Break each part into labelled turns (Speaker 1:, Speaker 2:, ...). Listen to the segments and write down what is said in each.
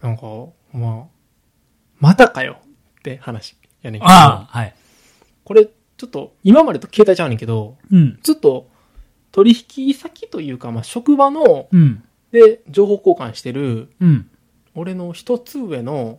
Speaker 1: なんか、まあ、またかよって話やねんけど、
Speaker 2: ああ、はい。
Speaker 1: これ、ちょっと、今までと携帯ちゃうねんけど、
Speaker 2: うん。
Speaker 1: ちょっと、取引先というか、まあ、職場の、
Speaker 2: うん。
Speaker 1: で、情報交換してる、
Speaker 2: うん。
Speaker 1: 俺の一つ上の、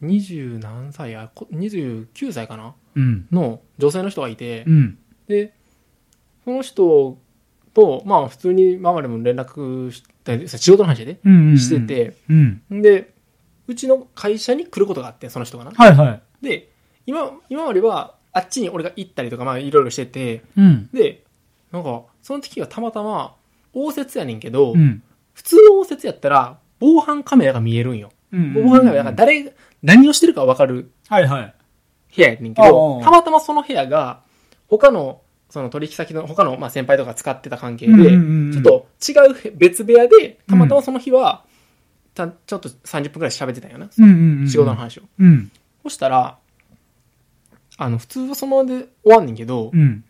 Speaker 1: 二十何歳や、こ29歳かな
Speaker 2: うん。
Speaker 1: の女性の人がいて
Speaker 2: う、ん。
Speaker 1: でその人とまあ普通に今までも連絡して仕事の話で、
Speaker 2: うん。うん
Speaker 1: して。て
Speaker 2: うん。
Speaker 1: でうちの会社に来ることがあってその人がな
Speaker 2: はいはい。
Speaker 1: で今今まではあっちに俺が行ったりとかまあいろいろしてて
Speaker 2: うん。
Speaker 1: でなんかその時がたまたま応接やねんけど、
Speaker 2: うん。
Speaker 1: 普通の応接やったら防犯カメラが見えるんよ防犯カメラだから誰が何をしてるか分かる
Speaker 2: はいはい。
Speaker 1: 部屋やねんけ
Speaker 2: あ
Speaker 1: ど、
Speaker 2: あ
Speaker 1: たまたまその部屋が、他の、その取引先の他の、まあ、先輩とか使ってた関係で、
Speaker 2: うんうんうん
Speaker 1: ちょっと違う別部屋で、たまたまその日は、たちょっと30分くらい喋ってたんよな、
Speaker 2: うんうんうん。
Speaker 1: 仕事の。話を。
Speaker 2: うん。
Speaker 1: そしたら、あの、普通はそのままで終わんねんけど、
Speaker 2: うん。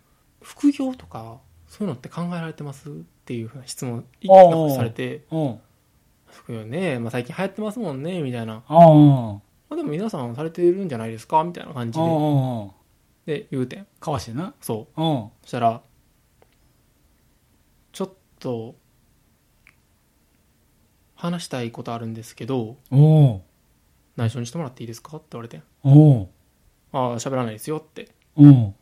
Speaker 1: 副業とか、そういうのって考えられてますっていうふうな質問
Speaker 2: ああ
Speaker 1: なんかされて、
Speaker 2: おう
Speaker 1: 副業ね、まあ、最近流行ってますもんね、みたいな。
Speaker 2: ああ。
Speaker 1: まあ、でも皆さんされてるんじゃないですかみたいな感じ
Speaker 2: あ
Speaker 1: で、
Speaker 2: あ。
Speaker 1: で、言うてん。
Speaker 2: かわしてな。
Speaker 1: そう。
Speaker 2: うん。
Speaker 1: そしたら、ちょっと、話したいことあるんですけど、
Speaker 2: おう
Speaker 1: 内緒にしてもらっていいですかって言われて、
Speaker 2: おう
Speaker 1: ああ、喋らないですよって、
Speaker 2: おう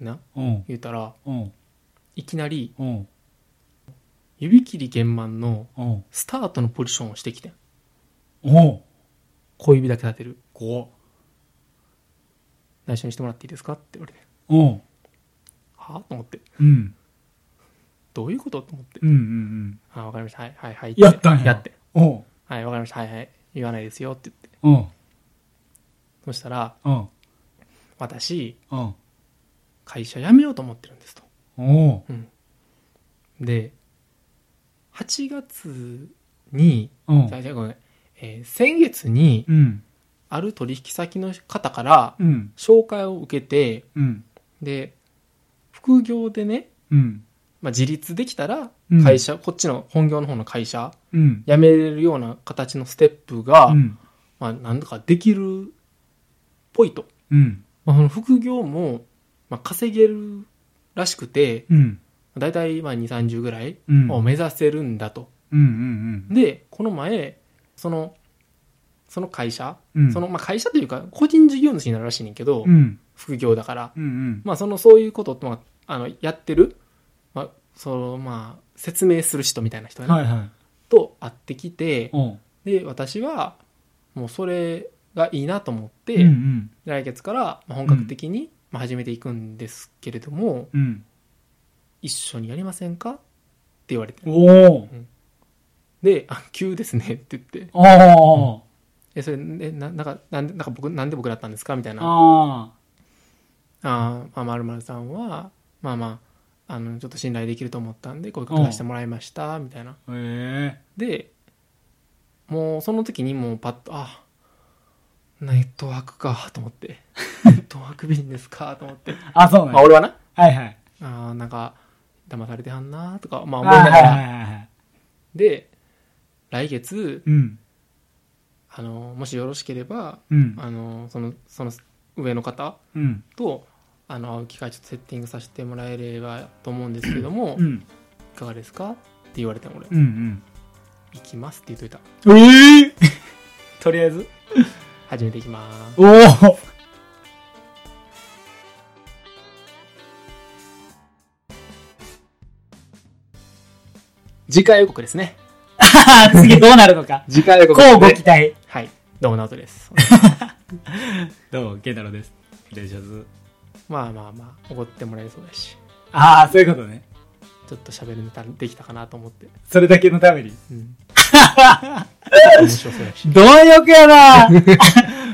Speaker 1: な、
Speaker 2: おう
Speaker 1: 言ったら、
Speaker 2: おう
Speaker 1: いきなり、
Speaker 2: おう
Speaker 1: 指切り玄満の
Speaker 2: おう
Speaker 1: スタートのポジションをしてきてん
Speaker 2: おう
Speaker 1: 小指だけ立てる。
Speaker 2: こ
Speaker 1: 内緒にしてもらっていいですかって言われて、
Speaker 2: う。おう
Speaker 1: はあと思って、
Speaker 2: うん。
Speaker 1: どういうことと思って、
Speaker 2: うんうん
Speaker 1: ああ、わかりました。はい、はい、はい。
Speaker 2: やったんや
Speaker 1: やって。
Speaker 2: うん。おう
Speaker 1: はい、わかりました。はい、はい。言わないですよって言って。
Speaker 2: おう
Speaker 1: そしたら、
Speaker 2: おう
Speaker 1: 私、
Speaker 2: おう
Speaker 1: 会社辞めようと思ってるんですと。
Speaker 2: おう
Speaker 1: で8月に、
Speaker 2: おう
Speaker 1: あじゃあごめんえー先月に
Speaker 2: うん。
Speaker 1: ある取引先の方から
Speaker 2: うん。
Speaker 1: 紹介を受けて
Speaker 2: うん。
Speaker 1: で副業でね、
Speaker 2: うん。
Speaker 1: まあ、自立できたら
Speaker 2: うん
Speaker 1: 会社、こっちの本業の方の会社
Speaker 2: うん。
Speaker 1: 辞めれるような形のステップが、
Speaker 2: うん。
Speaker 1: まあ、なんとかできるっぽいと、
Speaker 2: うん。
Speaker 1: まあ、その副業も、まあ、稼げるらしくて
Speaker 2: うん。
Speaker 1: だいたい2 3 0ぐらい
Speaker 2: うん。
Speaker 1: を目指せるんだと、
Speaker 2: うんうん
Speaker 1: でこの前そのその会社、
Speaker 2: うん。
Speaker 1: そのまあ、会社というか個人事業主になるらしいねんけど、
Speaker 2: うん。
Speaker 1: 副業だから、
Speaker 2: うんうん。
Speaker 1: まあ、そのそういうことを、まあ、あのやってる、まあそのまあ、説明する人みたいな人やな
Speaker 2: はいはい。
Speaker 1: と会ってきて
Speaker 2: おう
Speaker 1: で私はもうそれがいいなと思って、
Speaker 2: うんうん。
Speaker 1: 来月からまあ本格的にまあ始めていくんですけれども、
Speaker 2: うん。
Speaker 1: 一緒にやりませんかって言われて
Speaker 2: おお
Speaker 1: であ「急ですね」って言って
Speaker 2: ああ。
Speaker 1: えそれえななんかなんでなんか僕なんで僕だったんですかみたいなあ
Speaker 2: あ
Speaker 1: あーまるまるさんはまあまああのちょっと信頼できると思ったんで声かけさせてもらいましたみたいな
Speaker 2: あ。へえ。
Speaker 1: でもうその時にもうパッとあネットワークかと思って ネットワークビジネスかと思って
Speaker 2: あ、そう
Speaker 1: まあ
Speaker 2: ね。
Speaker 1: 俺はな
Speaker 2: はいはい。
Speaker 1: あーなんか騙されてはんなとかまあ
Speaker 2: あ
Speaker 1: 思いながら、
Speaker 2: はいはいはい。
Speaker 1: で来月
Speaker 2: うん。
Speaker 1: あのもしよろしければ
Speaker 2: うん。
Speaker 1: あのそのその上の方
Speaker 2: うん。
Speaker 1: とあの会う機会ちょっとセッティングさせてもらえればと思うんですけども、
Speaker 2: う
Speaker 1: い
Speaker 2: ん。
Speaker 1: かがですかって言われたの俺、
Speaker 2: うん。
Speaker 1: 行きますって言っといた
Speaker 2: うん。ええとりあえず。
Speaker 1: 始めていきます
Speaker 2: おお
Speaker 1: 次回予告ですね
Speaker 2: 次どうなるのか。
Speaker 1: 次回予告
Speaker 2: こうご
Speaker 1: で
Speaker 2: 期待。
Speaker 1: はいどうもナオトです
Speaker 2: どうも、ケンタロウです。お願いします。
Speaker 1: まあまあまあ怒ってもらえそうだし
Speaker 2: ああ、そういうことね。
Speaker 1: ちょっと喋るネタできたかなと思って、
Speaker 2: それだけのために。
Speaker 1: うん、面白そう やし
Speaker 2: 貪欲やな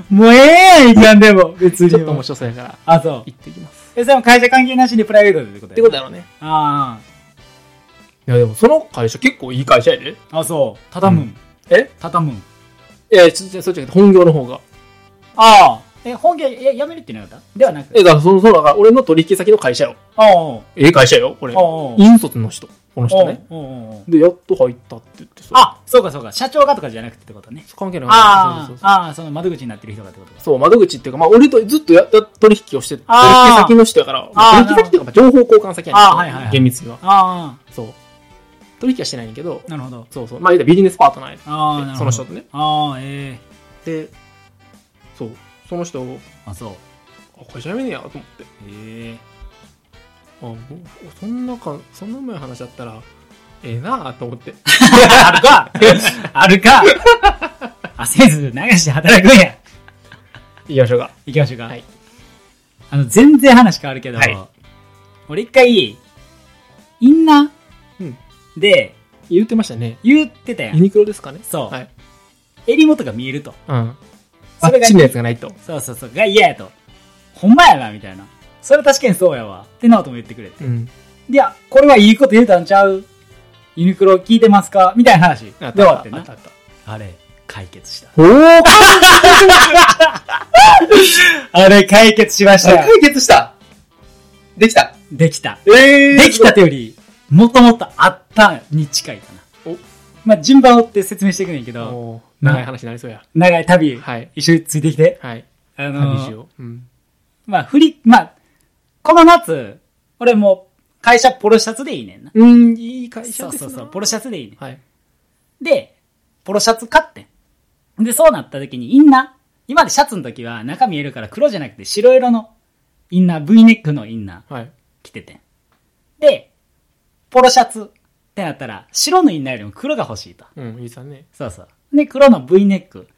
Speaker 2: もうええやん、いかんでも。別に。
Speaker 1: ちょっと面白そうやから
Speaker 2: あ、そう。
Speaker 1: 行ってきます
Speaker 2: え、それも会社関係なしにプライベートでってこと
Speaker 1: ってことだろうね
Speaker 2: あ
Speaker 1: いやでもその会社結構いい会社やで
Speaker 2: あ。あ、そう。畳むん。
Speaker 1: え
Speaker 2: 畳むん。
Speaker 1: えー、ちょっとそっち本業の方が
Speaker 2: ああ。え、本業、え、やめるってなかったではなく。
Speaker 1: えだからそのそうだから俺の取引先の会社よ
Speaker 2: ああ。
Speaker 1: ええ会社よこれ
Speaker 2: ああ。
Speaker 1: 引率の人この人
Speaker 2: おう
Speaker 1: ね
Speaker 2: おうおうおう
Speaker 1: でやっと入ったって言ってさ
Speaker 2: あそうかそうか社長がとかじゃなくてってことね
Speaker 1: 関係ない
Speaker 2: あ
Speaker 1: そうそうそ
Speaker 2: ー
Speaker 1: う
Speaker 2: あーその窓口になってる人がってことか
Speaker 1: そう窓口っていうか、まあ、俺とずっとやった取引をして取
Speaker 2: あー
Speaker 1: 引先の人やからま
Speaker 2: あ
Speaker 1: あ
Speaker 2: ー
Speaker 1: 取引先っていうかまあ情報交換先やねん
Speaker 2: あーはいはいはい
Speaker 1: 厳密には
Speaker 2: あ
Speaker 1: そう取引はしてないねんけど
Speaker 2: あなるほど
Speaker 1: そうそうまあ言うたらビジネスパートナーや
Speaker 2: ああなるほど
Speaker 1: その人とね
Speaker 2: ああええ
Speaker 1: でそうその人を
Speaker 2: あそう
Speaker 1: あ会社辞めねえやと思って
Speaker 2: ええ
Speaker 1: あもうそんなかそんなうまい話だったらええなあと思って
Speaker 2: あるかある か焦ず流して働くんや
Speaker 1: いきましょうか
Speaker 2: 行きましょうか、
Speaker 1: はい
Speaker 2: あの全然話変わるけど、
Speaker 1: はい
Speaker 2: 俺一回インナ
Speaker 1: うん
Speaker 2: ーで
Speaker 1: 言ってましたね
Speaker 2: 言ってたや
Speaker 1: ユ
Speaker 2: ん
Speaker 1: ニクロですかね
Speaker 2: そう、
Speaker 1: はい
Speaker 2: 襟元が見えると
Speaker 1: うん
Speaker 2: そ
Speaker 1: そ
Speaker 2: れ
Speaker 1: れ
Speaker 2: が
Speaker 1: がのやつがないと
Speaker 2: そうそうそうが嫌やとほんまやなみたいなそれは確かにそうやわってなおとも言ってくれて
Speaker 1: うん
Speaker 2: いやこれはいいこと言うたんちゃうユニクロ聞いてますかみたいな話で
Speaker 1: あっ
Speaker 2: 終わ
Speaker 1: た
Speaker 2: ってん
Speaker 1: あ
Speaker 2: な
Speaker 1: ったあった
Speaker 2: あれ解決した
Speaker 1: おお
Speaker 2: あれ解決しまし
Speaker 3: 解決したできた
Speaker 2: できた
Speaker 3: え
Speaker 2: できたというより、もともとあったに近いかな
Speaker 1: お。
Speaker 2: まあ、順番を追って説明していくねんけど、
Speaker 1: もう長い話になりそうや。
Speaker 2: 長い旅、
Speaker 1: はい。
Speaker 2: 一緒についてきて。
Speaker 1: はい。
Speaker 2: あの
Speaker 1: 旅し
Speaker 2: ー、
Speaker 1: よう。うん。
Speaker 2: まあ、振り、まあ、この夏、俺もう会社ポロシャツでいいねんな。
Speaker 1: うん、いい会
Speaker 2: そ
Speaker 1: 社
Speaker 2: う
Speaker 1: です
Speaker 2: そ
Speaker 1: な
Speaker 2: うそう、ポロシャツでいいね
Speaker 1: はい。
Speaker 2: ん。で、ポロシャツ買ってん。で、そうなった時にインナー、今までシャツの時は中見えるから黒じゃなくて白色のインナー、V ネックのインナー。
Speaker 1: はい。
Speaker 2: 着ててん。で、ポロシャツってなったら、白のインナーよりも黒が欲しいと。
Speaker 1: うん、ゆうじさんね。
Speaker 2: そうそう。で、黒の V ネック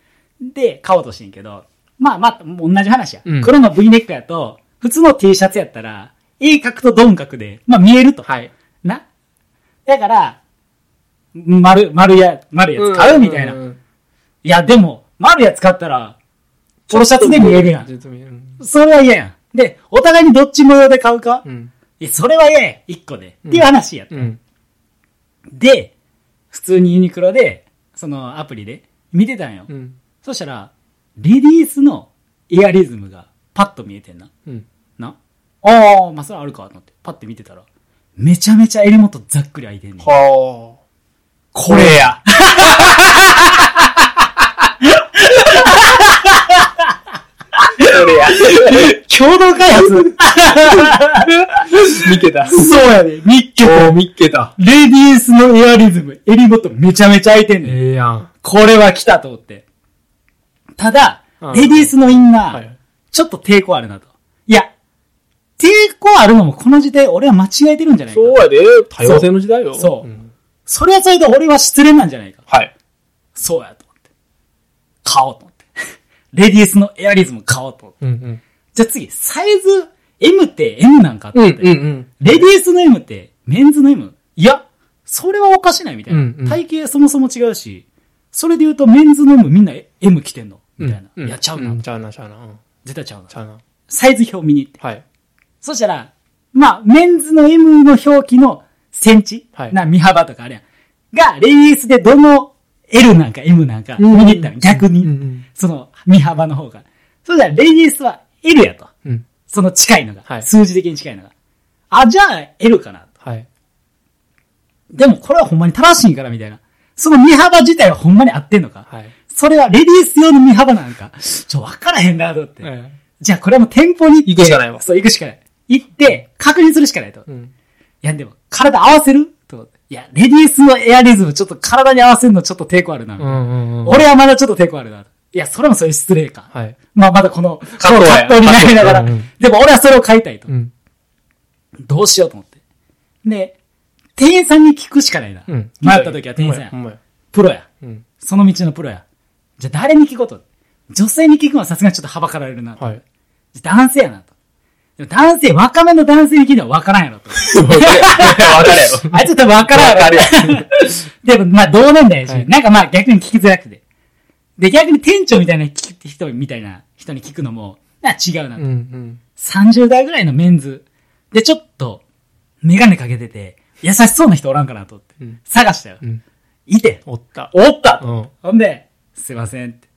Speaker 2: で買おうとしてんけど、まあまあ、もう同じ話や。
Speaker 1: うん
Speaker 2: 黒の V ネックやと、普通の T シャツやったら、鋭角と鈍角で、まあ見えると。
Speaker 1: はい。
Speaker 2: な。だから、丸、丸や、丸いやつ買うみたいな。
Speaker 1: ん
Speaker 2: い
Speaker 1: んん。
Speaker 2: や、でも、丸いやつ買ったら、ポロシャツで見えるやん。
Speaker 1: 実名うん。
Speaker 2: それは嫌やん。で、お互いにどっち模様で買うか、
Speaker 1: うん。
Speaker 2: いや、それは嫌や、一個で。
Speaker 1: うん
Speaker 2: っていう話やった。
Speaker 1: うん。
Speaker 2: で、普通にユニクロで、そのアプリで見てたんよ。
Speaker 1: うん。
Speaker 2: そしたら、レディースのエアリズムがパッと見えてんな。
Speaker 1: うん。
Speaker 2: な。ああ、まあそれあるかと思って、パッて見てたら、めちゃめちゃ襟元ざっくり開いてんねん。
Speaker 1: は
Speaker 2: これや
Speaker 3: それや。
Speaker 2: 共同開発
Speaker 3: 見っけた。
Speaker 2: そうやで、ミッケと。
Speaker 3: おー、見っけた。
Speaker 2: レディースのエアリズム、襟元めちゃめちゃ開いてんねん。
Speaker 1: ええやん。
Speaker 2: これは来たと思って。ただ
Speaker 1: うん、
Speaker 2: レディースのインナー、
Speaker 1: はい。
Speaker 2: ちょっと抵抗あるなと。いや、抵抗あるのもこの時代俺は間違えてるんじゃないか。
Speaker 3: そうやで。多
Speaker 1: 多様性の時代よ。
Speaker 2: そうんそれはそれで俺は失恋なんじゃないか。
Speaker 3: はい。
Speaker 2: そうやと思って。買おうと思って。 レディースのエアリズム買おうと思って。
Speaker 1: うん。
Speaker 2: じゃあ次、サイズ M って M なんかって
Speaker 1: うん。う
Speaker 2: 思
Speaker 1: ん
Speaker 2: って、。
Speaker 1: うん。
Speaker 2: レディースの M ってメンズの M? いや、それはおかしないみたいな。
Speaker 1: うんうん
Speaker 2: 体型そもそも違うし、それで言うとメンズの M みんな M 着てんの
Speaker 1: う
Speaker 2: みたいな。
Speaker 1: ん
Speaker 2: いや、ちゃうな。
Speaker 1: んちゃうな、ちゃうな。うん
Speaker 2: 絶対ちゃうな
Speaker 1: ち。ゃうな。
Speaker 2: サイズ表見に行って。
Speaker 1: はい。
Speaker 2: そしたら、まあ、メンズの M の表記のセンチ、
Speaker 1: はい
Speaker 2: な、身幅とかあれやん。が、レディースでどの L なんか M なんか見に行ったの、逆に、
Speaker 1: うん
Speaker 2: その、身幅の方が。そしたら、レディースは L やと。
Speaker 1: うん。うん。
Speaker 2: その近いのが。
Speaker 1: はい
Speaker 2: 数字的に近いのが。あ、じゃあ L かなと。
Speaker 1: はい。
Speaker 2: でもこれはほんまに正しいんからみたいな。その身幅自体はほんまに合ってんのか。
Speaker 1: はい。
Speaker 2: それはレディース用の身幅なんか。ちょ、わからへんなと思って。
Speaker 1: え
Speaker 2: じゃあこれはもう店舗に行って。
Speaker 3: 行くしかないわ
Speaker 2: そう、行くしかない。行って、確認するしかないと。
Speaker 1: えうん。
Speaker 2: いや、でも、体合わせると思って。いや、レディースのエアリズム、ちょっと体に合わせるのちょっと抵抗あるな。
Speaker 1: うんうんうん。
Speaker 2: 俺はまだちょっと抵抗あるな。いや、それもそれ失礼か。
Speaker 1: はい。
Speaker 2: まあ、まだこの、
Speaker 3: 葛藤や
Speaker 2: このになりながら
Speaker 1: 葛藤うん。
Speaker 2: でも俺はそれを買いたいと
Speaker 1: う。ん。
Speaker 2: どうしようと思って。で、店員さんに聞くしかないな。
Speaker 1: うん。
Speaker 2: 迷った時は店員さん
Speaker 1: ほ
Speaker 2: や。
Speaker 1: んまや。
Speaker 2: プロや。
Speaker 1: ほんまやうん。
Speaker 2: その道のプロや。じゃあ誰に聞こうと。女性に聞くのはさすがにちょっとはばかられるな。
Speaker 1: はい。
Speaker 2: じゃあ男性やなと。でも男性、若めの男性に聞いてもわからんやろと。
Speaker 3: わかるや ろ。
Speaker 2: あいつ多分分からんやろ。 でも、まあ、同年代やし、
Speaker 1: はい
Speaker 2: なんかまあ、逆に聞きづらくて。で、逆に店長みたいな聞く人みたいな人に聞くのも、なんか違うな、
Speaker 1: うんうん。
Speaker 2: 30代ぐらいのメンズ。で、ちょっと、メガネかけてて、優しそうな人おらんかなと思って。
Speaker 1: うん
Speaker 2: 探したよ。
Speaker 1: うん。
Speaker 2: いて。
Speaker 1: おった。
Speaker 2: おった、
Speaker 1: うん。
Speaker 2: ほんで、すいませんって。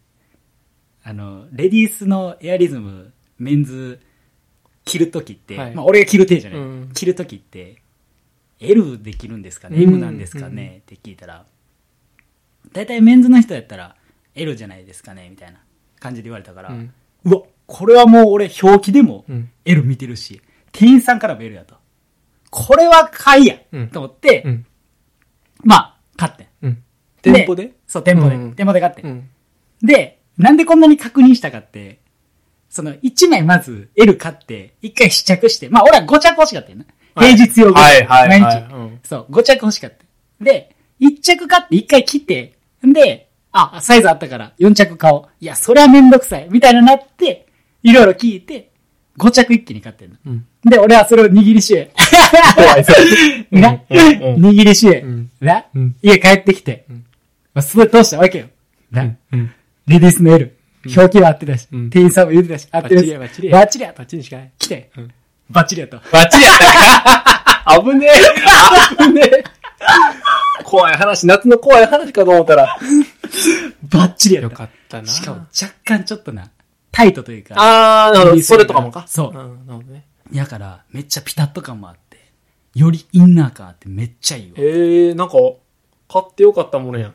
Speaker 2: あの、レディースのエアリズム、メンズ、着るときって、
Speaker 1: はい
Speaker 2: まあ俺が着る手じゃない。
Speaker 1: うん
Speaker 2: 着るときって、 L できるんですかね、
Speaker 1: うん
Speaker 2: M なんですかね、って聞いたら、大体メンズの人やったら L じゃないですかねみたいな感じで言われたから、う
Speaker 1: うん
Speaker 2: わ、これはもう俺表記でも
Speaker 1: うん
Speaker 2: L 見てるし、店員さんからも L やと。これは買いや、
Speaker 1: うん
Speaker 2: と思って、
Speaker 1: うん
Speaker 2: まあ、買ってん。
Speaker 1: うん店舗で
Speaker 2: そう、店舗で。
Speaker 1: うん
Speaker 2: 店舗で買ってん
Speaker 1: う。ん
Speaker 2: で、なんでこんなに確認したかって、その、1枚まず L 買って、1回試着して、まあ俺は5着欲しかったよね。
Speaker 1: はい
Speaker 2: 平日用5着。
Speaker 3: はいはいはい
Speaker 2: 毎日、
Speaker 1: うん
Speaker 2: そう、5着欲しかった。で、1着買って1回切って、んで、あ、サイズあったから4着買おう。いや、そりゃめんどくさい。みたいななって、いろいろ聞いて、5着一気に買ってんの。
Speaker 1: うん
Speaker 2: で、俺はそれを握りしめ。
Speaker 3: 怖いそう。
Speaker 2: な、
Speaker 3: うん
Speaker 2: 握りしめ。
Speaker 1: ん
Speaker 2: な、
Speaker 1: うん
Speaker 2: 家帰ってきて、まあ、それ通したわけよ。な、
Speaker 1: うん
Speaker 2: レディースの L、表記は合ってたし、
Speaker 1: うん
Speaker 2: 店員さんも言ってたし、合ってるし。
Speaker 1: バッチリや
Speaker 2: バッチリやと
Speaker 1: パ。チンしかない
Speaker 2: 来て
Speaker 1: うん、
Speaker 2: バッチリやと。
Speaker 3: バッチリやったか 危ねえ危ねえ怖い話、夏の怖い話かと思ったら。
Speaker 2: バッチリや
Speaker 1: よ
Speaker 2: と。
Speaker 1: かったな
Speaker 2: しかも若干ちょっとな、タイトというか、
Speaker 3: あー、なるほど。それとかもか。
Speaker 2: そう
Speaker 1: う。んなるほどね
Speaker 2: やから、めっちゃピタッと感もあって、よりインナー感あってめっちゃいいわ。
Speaker 1: えー、なんか買ってよかったものやん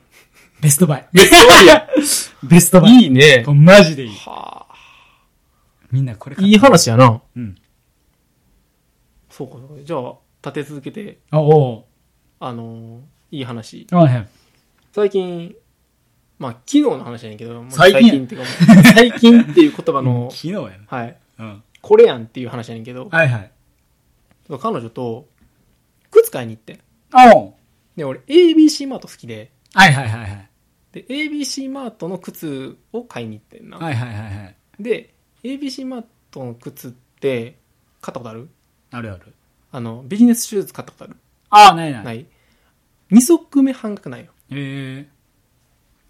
Speaker 2: ベストバイ。
Speaker 3: めっちゃいいや
Speaker 2: ベスト
Speaker 3: ん
Speaker 2: バイ。
Speaker 3: いいね
Speaker 2: こ。れマジでいい。
Speaker 1: はあ
Speaker 2: みんなこれ買って
Speaker 3: いい話やな。
Speaker 2: うん。
Speaker 1: そうかそうかじゃあ立て続けて
Speaker 2: あ、お
Speaker 1: あのーいい話
Speaker 2: うおう。はい。
Speaker 1: 最近まあ昨日の話やねんけどもう
Speaker 2: 最
Speaker 1: 最
Speaker 2: 近
Speaker 1: 近っていうか もう最近っていう言葉の
Speaker 2: 昨日やな。
Speaker 1: はい
Speaker 2: うん。
Speaker 1: これやんっていう話やねんけど
Speaker 2: はいはい。
Speaker 1: 彼女と靴買いに行ってん
Speaker 2: おう
Speaker 1: で俺 ABC マート好きで
Speaker 2: はいはいはいはい。
Speaker 1: で ABC マートの靴を買いに行ってんな、
Speaker 2: はいはいはいはい。
Speaker 1: で ABC マートの靴って買ったことある
Speaker 2: あるある。
Speaker 1: あのビジネスシューズ買ったことある、
Speaker 2: ああ、ないない。。
Speaker 1: ないい2足目半額ないよ
Speaker 2: え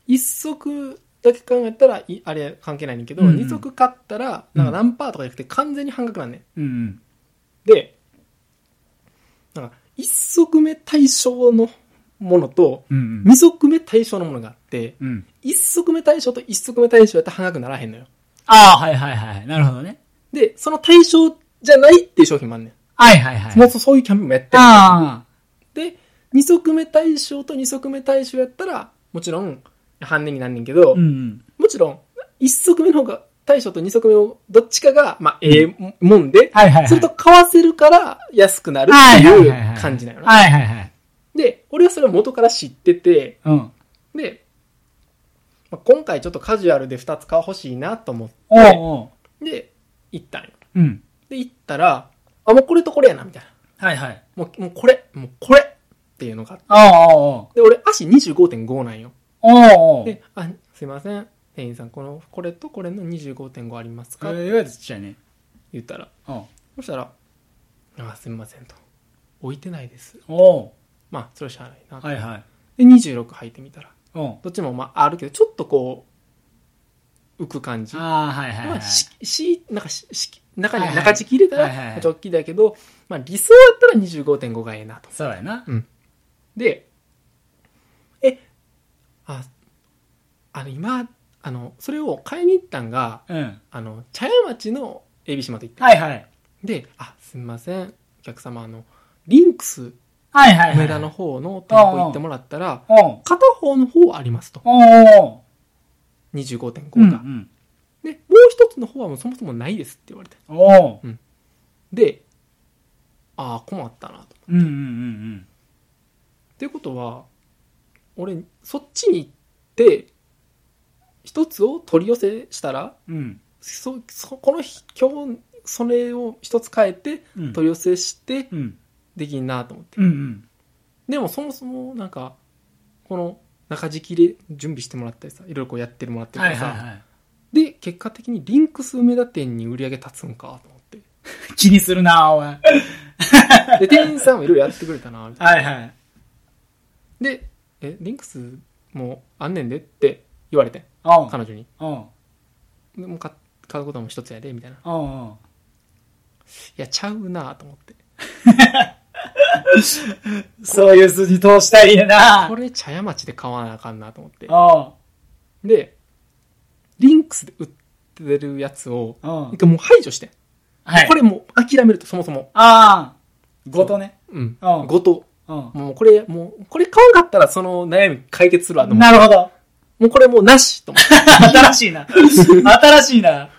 Speaker 1: 1足だけ考えたらいあれ関係ないねんけど、
Speaker 2: うんうん
Speaker 1: 2足買ったらなんか何パーとかじゃなくて完全に半額なんねん
Speaker 2: えうんうん。
Speaker 1: でなんか1足目対象のものと
Speaker 2: うんうん。
Speaker 1: 2足目対象のものがあって
Speaker 2: うん。
Speaker 1: 1足目対象と1足目対象やったら半額ならへんのよ
Speaker 2: ああ、はいはいはい。なるほどね。
Speaker 1: でその対象じゃないっていう商品もあんねん、
Speaker 2: はいはいはい。
Speaker 1: もうそそういうキャンペーンもやってる
Speaker 2: あ
Speaker 1: で2足目対象と2足目対象やったらもちろん半値になんねんけど、
Speaker 2: あ。うん。
Speaker 1: もちろん1足目の方が対象と2足目をどっちかが、まあ、ええもんで、
Speaker 2: はいはいはい。
Speaker 1: それと買わせるから安くなるって
Speaker 2: はいはは
Speaker 1: う
Speaker 2: は
Speaker 1: 感じなのね、
Speaker 2: はいはいはい。
Speaker 1: で俺はそれを元から知ってて
Speaker 2: うん。
Speaker 1: で、まあ、今回ちょっとカジュアルで2つ買欲しいなと思っ
Speaker 2: おう
Speaker 1: て
Speaker 2: お
Speaker 1: で行ったんよ
Speaker 2: う。うん。
Speaker 1: で行ったらあもうこれとこれやなみたいな
Speaker 2: はいはい。
Speaker 1: もうもうこれもうこれっていうのがあって
Speaker 2: おうおう
Speaker 1: で俺足25.5なんよ
Speaker 2: おう。おうおう。
Speaker 1: で「あすいません店員さんこのこれとこれの25.5あります
Speaker 2: え
Speaker 1: か?」って
Speaker 2: ー、いわゆるちっちゃいね。
Speaker 1: 言ったら
Speaker 2: おう
Speaker 1: そしたら「あすみません」と「置いてないです
Speaker 2: おう。」
Speaker 1: まあそれはしゃあないな、
Speaker 2: はいはい。
Speaker 1: で26履いてみたら
Speaker 2: おう。
Speaker 1: どっちもまああるけどちょっとこう浮く感じ
Speaker 2: ああ、はいはい
Speaker 1: ま
Speaker 2: は
Speaker 1: あ、
Speaker 2: い。
Speaker 1: ししなんかしし中
Speaker 2: はい
Speaker 1: に
Speaker 2: はい
Speaker 1: 中敷き入れた
Speaker 2: はいはいは
Speaker 1: ら
Speaker 2: い
Speaker 1: ジョッキだけど、まあ、理想だったら25.5がええなと
Speaker 2: そうやな。
Speaker 1: でえああの今あのそれを買いに行ったんが
Speaker 2: うん。
Speaker 1: あの茶屋町の恵比島と行って
Speaker 2: はいはい。
Speaker 1: で「あすみませんお客様あのリンクス
Speaker 2: はいはいはい。
Speaker 1: 梅田の。方の店舗行ってもらったら
Speaker 2: おう。
Speaker 1: 片方の方あります」と
Speaker 2: おうおう。うん
Speaker 1: 25.5
Speaker 2: う
Speaker 1: が、
Speaker 2: ん。
Speaker 1: でもう一つの方はもうそもそもないですって言われて
Speaker 2: おう。
Speaker 1: でああ困ったなと。
Speaker 2: うんうんうんうん。
Speaker 1: っていうことは俺そっちに行って一つを取り寄せしたら
Speaker 2: うん。
Speaker 1: そそこの日今日それを一つ変えて
Speaker 2: うん。
Speaker 1: 取り寄せして
Speaker 2: うん。
Speaker 1: できんなと思って、
Speaker 2: うんうん。
Speaker 1: でもそもそもなんかこの中敷きで準備してもらったりさいろいろこうやってもらってる
Speaker 2: は
Speaker 1: から
Speaker 2: い
Speaker 1: さ、
Speaker 2: はいはい。
Speaker 1: で結果的にリンクス梅田店に売り上げ立つんかと思って
Speaker 2: 気にするな、おい。はい
Speaker 1: で店員さんもいろいろやってくれたなみたいな
Speaker 2: はい。
Speaker 1: で「えリンクスもあんねんで」って言われてん
Speaker 2: おう。
Speaker 1: 彼女に
Speaker 2: おう。
Speaker 1: 「でもう買買うことも一つやで」みたいな
Speaker 2: おうおう。
Speaker 1: いやちゃうなと思って
Speaker 2: そういう筋通したいやな。
Speaker 1: これ茶屋町で買わなあかんなと思って
Speaker 2: おう。
Speaker 1: でリンクスで売ってるやつを
Speaker 2: おう
Speaker 1: 一。回もう排除してん
Speaker 2: はい。
Speaker 1: これもう諦めるとそもそも
Speaker 2: あごとね。
Speaker 1: うん。
Speaker 2: うん
Speaker 1: ごと。
Speaker 2: うん。
Speaker 1: もうこれ、もう、これ買わんかったらその悩み解決するわと思っ
Speaker 2: な
Speaker 1: て。
Speaker 2: るほど。
Speaker 1: もうこれもうなしと思って。
Speaker 2: 新しいな。新しいな。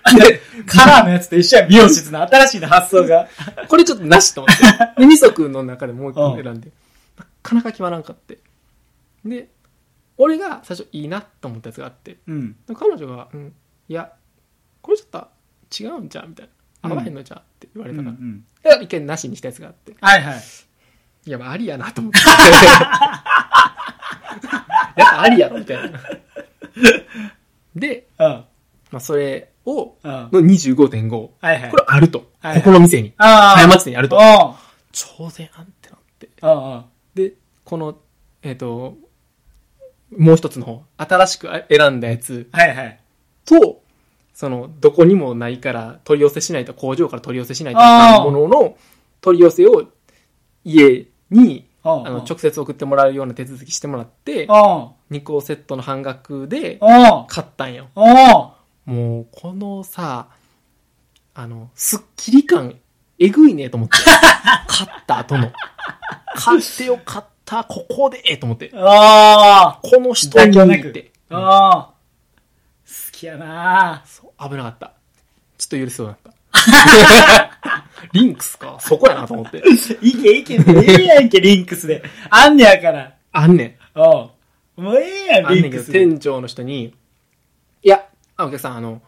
Speaker 2: カラーのやつと一緒や、美容室の新しいな発想が。
Speaker 1: これちょっとなしと思って。 で、二足の中でもう一個選んで。なかなか決まらんかって。で、俺が最初いいなと思ったやつがあって。
Speaker 2: うん。
Speaker 1: で彼女が、うん、いや、これちょっと違うんじゃんみたいな。
Speaker 2: うん
Speaker 1: 合わへんのじゃんって言われ
Speaker 2: うん
Speaker 1: た
Speaker 2: う
Speaker 1: から。
Speaker 2: ん
Speaker 1: だから一見なしにしたやつがあって。
Speaker 2: はいはい。
Speaker 1: いや、まあありやなと思 って。やっぱありやろみたいな。で、
Speaker 2: うん。
Speaker 1: まあそれを、
Speaker 2: うん。はい
Speaker 1: の25.5。こ
Speaker 2: はい。
Speaker 1: れあると。
Speaker 2: はいはい
Speaker 1: ここの店に。
Speaker 2: あ
Speaker 1: 過ちにあると。
Speaker 2: あ。
Speaker 1: 超然あんってなって。
Speaker 2: うん。うん。
Speaker 1: で、この、えっ、と、もう一つの方、新しく選んだやつ
Speaker 2: はいはい。
Speaker 1: と、その、どこにもないから取り寄せしないと、工場から取り寄せしないといかんものの、取り寄せを家に、
Speaker 2: うん。
Speaker 1: あの、直接送ってもらうような手続きしてもらって、
Speaker 2: う
Speaker 1: 2個セットの半額で
Speaker 2: ん。うん。
Speaker 1: 買ったんよ。
Speaker 2: お
Speaker 1: もう、このさ、あの、スッキリ感、えぐいねと思 って。買った後の。買ってよかった、ここでと思って。
Speaker 2: あ
Speaker 1: この人
Speaker 2: 妥協な
Speaker 1: に
Speaker 2: く
Speaker 1: って。
Speaker 2: ああ好きやな
Speaker 1: そう危なかった。ちょっと許せそうだった。 リンクスか、そこやなと思って。
Speaker 2: いけいけ、ええやんけ、リンクスで。あんねやから。
Speaker 1: あんね
Speaker 2: おうもうええ
Speaker 1: ん。
Speaker 2: や
Speaker 1: あ
Speaker 2: ん、
Speaker 1: ん
Speaker 2: リ
Speaker 1: ね
Speaker 2: ン
Speaker 1: んけ
Speaker 2: ク
Speaker 1: ど、
Speaker 2: スで。
Speaker 1: 店長の人に、いや、あお客さん、あの、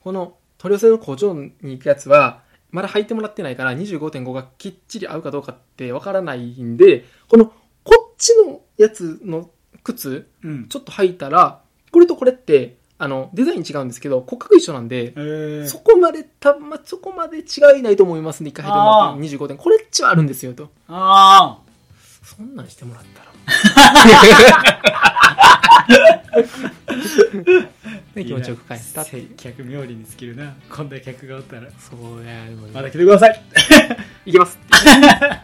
Speaker 1: この取り寄せの工場に行くやつは、まだ入ってもらってないから、25.5がきっちり合うかどうかってわからないんで、この、こっちのやつの靴、
Speaker 2: うん。
Speaker 1: ちょっと履いたら、これとこれって、あの、デザイン違うんですけど、骨格一緒なんで、
Speaker 2: えー
Speaker 1: そこまで、たま、そこまで違いないと思いますね、一回入ってもらって、25点。これっちはあるんですよ、と。
Speaker 2: あ
Speaker 1: そんなんしてもらったら。で、
Speaker 2: あ。
Speaker 1: 気持ちよく帰ったって
Speaker 2: 接
Speaker 1: いう。
Speaker 2: 客妙利に尽きるな。こんな客がおったら。
Speaker 1: そうや、でも、
Speaker 2: また来てください。
Speaker 1: 行 きますっていう。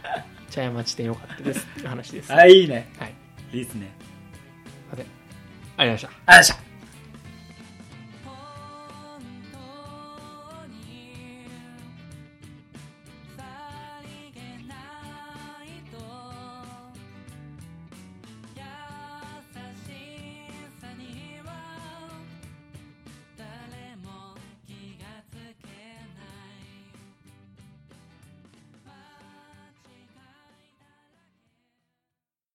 Speaker 1: 茶屋町店良かったですっていう話です。
Speaker 2: あ、いいね。
Speaker 1: はい。
Speaker 2: いいっすね。
Speaker 1: さてありがとうございました。
Speaker 2: ありがとうございました。